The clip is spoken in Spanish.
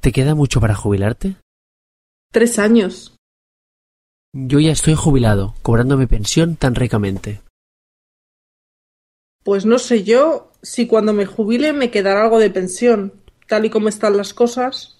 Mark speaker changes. Speaker 1: ¿Te queda mucho para jubilarte?
Speaker 2: Tres años.
Speaker 1: Yo ya estoy jubilado, cobrando mi pensión tan ricamente.
Speaker 2: Pues no sé yo si cuando me jubile me quedará algo de pensión, tal y como están las cosas.